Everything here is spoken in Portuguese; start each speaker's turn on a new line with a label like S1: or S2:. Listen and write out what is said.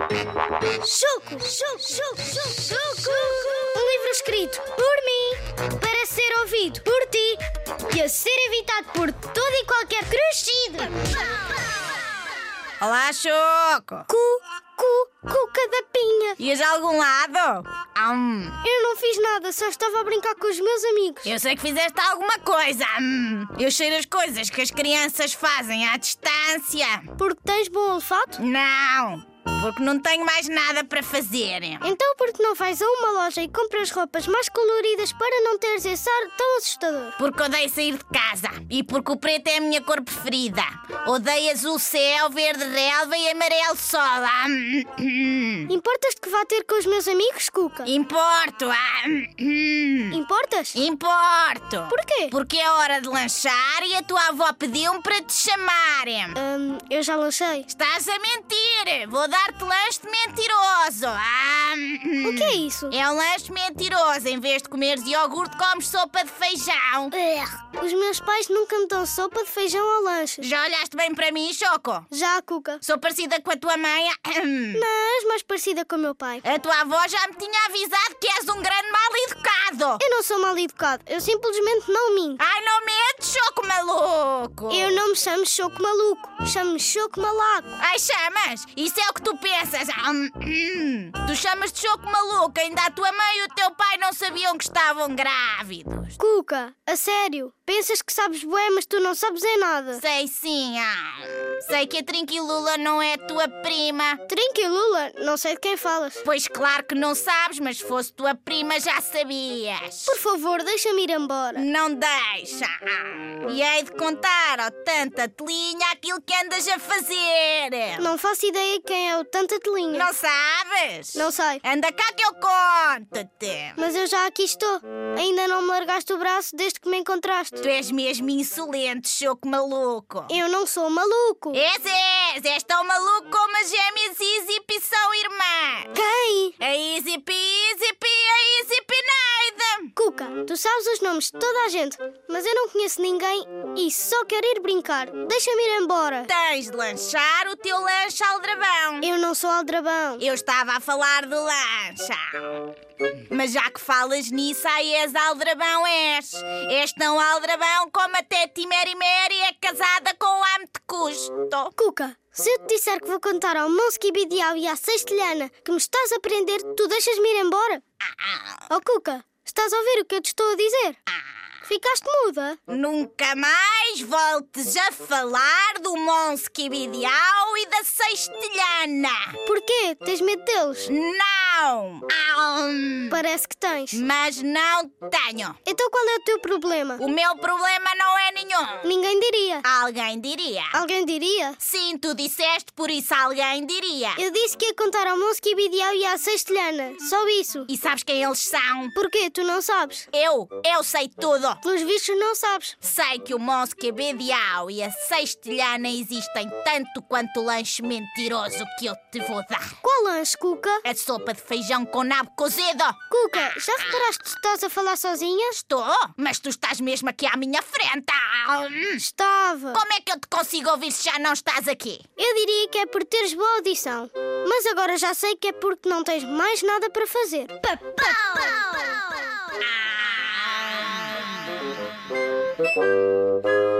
S1: Chuco, chuco, chuco, chuco, chuco. Um livro escrito por mim, para ser ouvido por ti e a ser evitado por todo e qualquer crescido.
S2: Olá, Choco!
S1: Cu, cu, cuca da pinha.
S2: Ias a algum lado? Hum.
S1: Eu não fiz nada, só estava a brincar com os meus amigos.
S2: Eu sei que fizeste alguma coisa. Hum. Eu sei as coisas que as crianças fazem à distância.
S1: Porque tens bom olfato?
S2: Não, porque não tenho mais nada para fazer.
S1: Então por que não vais a uma loja e compras roupas mais coloridas para não teres esse ar tão assustador?
S2: Porque odeio sair de casa e porque o preto é a minha cor preferida. Odeio azul céu, verde relva e amarelo sol. Ah, hum, hum.
S1: Importas-te que vá ter com os meus amigos, Cuca?
S2: Importo. Ah, hum, hum.
S1: Importas?
S2: Importo.
S1: Porquê?
S2: Porque é hora de lanchar e a tua avó pediu-me para te chamarem.
S1: Hum, eu já lancei.
S2: Estás a mentir! Vou dar-te lanche de mentiroso! Ah,
S1: O que é isso?
S2: É um lanche mentiroso. Em vez de comeres iogurte, comes sopa de feijão.
S1: Urgh. Os meus pais nunca me dão sopa de feijão ao lanche.
S2: Já olhaste bem para mim, Choco?
S1: Já, Cuca.
S2: Sou parecida com a tua mãe. ahem.
S1: Mas mais parecida com o meu pai.
S2: A tua avó já me tinha avisado que és um grande mal educado.
S1: Eu não sou mal educado, eu simplesmente não minto.
S2: Ai, não medo, Choco maluco.
S1: Eu não me chamo Choco Maluco, chamo-me Choco Malaco.
S2: Ai, chamas? Isso é o que tu pensas. Ahem. Tu chamas de Choco maluco. Ainda a tua mãe e o teu pai não sabiam que estavam grávidos.
S1: Cuca, a sério, pensas que sabes bué, mas tu não sabes é nada.
S2: Sei sim, ahem. sei que a Trinquilula não é tua prima.
S1: Trinca e Lula, não sei de quem falas.
S2: Pois claro que não sabes, mas se fosse tua prima já sabias.
S1: Por favor, deixa-me ir embora.
S2: Não deixa! ah, hum. E hei de contar ao tanta telinha aquilo que andas a fazer!
S1: Não faço ideia quem é o Tanta Telinha.
S2: Não sabes?
S1: Não sei.
S2: Anda cá que eu conto-te!
S1: Mas eu já aqui estou. Ainda não me largaste o braço desde que me encontraste.
S2: Tu és mesmo insolente, choco maluco!
S1: Eu não sou maluco.
S2: És, és! És tão maluco como as gêmeas Easy Pea são irmãs!
S1: Quem?
S2: A Easy Pea, Easy Pea, a Easy Peneida!
S1: Cuca, tu sabes os nomes de toda a gente, mas eu não conheço ninguém e só quero ir brincar. Deixa-me ir embora.
S2: Tens de lanchar o teu lanche aldrabão!
S1: Eu não sou aldrabão.
S2: Eu estava a falar do lancha. Mas já que falas nisso, aí és aldrabão és. És tão aldrabão como até Timeri Meri é casada com o amo de custo.
S1: Cuca, se eu te disser que vou contar ao Monsky Bidial e à Sextilhana que me estás a prender, tu deixas-me ir embora?
S2: Ah.
S1: Oh, Cuca, estás a ouvir o que eu te estou a dizer? Ficaste muda?
S2: Nunca mais voltes a falar do Monskibidial e da Sextilhana.
S1: Porquê? Tens medo deles?
S2: Não! Aum.
S1: Parece que tens.
S2: Mas não tenho.
S1: Então qual é o teu problema?
S2: O meu problema não é nenhum.
S1: Ninguém diria.
S2: Alguém diria.
S1: Alguém diria?
S2: Sim, tu disseste, por isso alguém diria.
S1: Eu disse que ia contar ao Monsky Bidial e à Sextilhana. Só isso.
S2: E sabes quem eles são?
S1: Porquê? Tu não sabes?
S2: Eu, eu sei tudo.
S1: Pelos vistos, não sabes.
S2: Sei que o Mosque Bedial e a Sextilhana existem tanto quanto o lanche mentiroso que eu te vou dar.
S1: Qual lanche, Cuca?
S2: A sopa É de feijão com nabo cozido.
S1: Cuca, já reparaste que estás a falar sozinha?
S2: Estou, oh, mas tu estás mesmo aqui à minha frente. Ah, hum.
S1: Estava.
S2: Como é que eu te consigo ouvir se já não estás aqui?
S1: Eu diria que é por teres boa audição. Mas agora já sei que é porque não tens mais nada para fazer.
S2: Ah. Ah.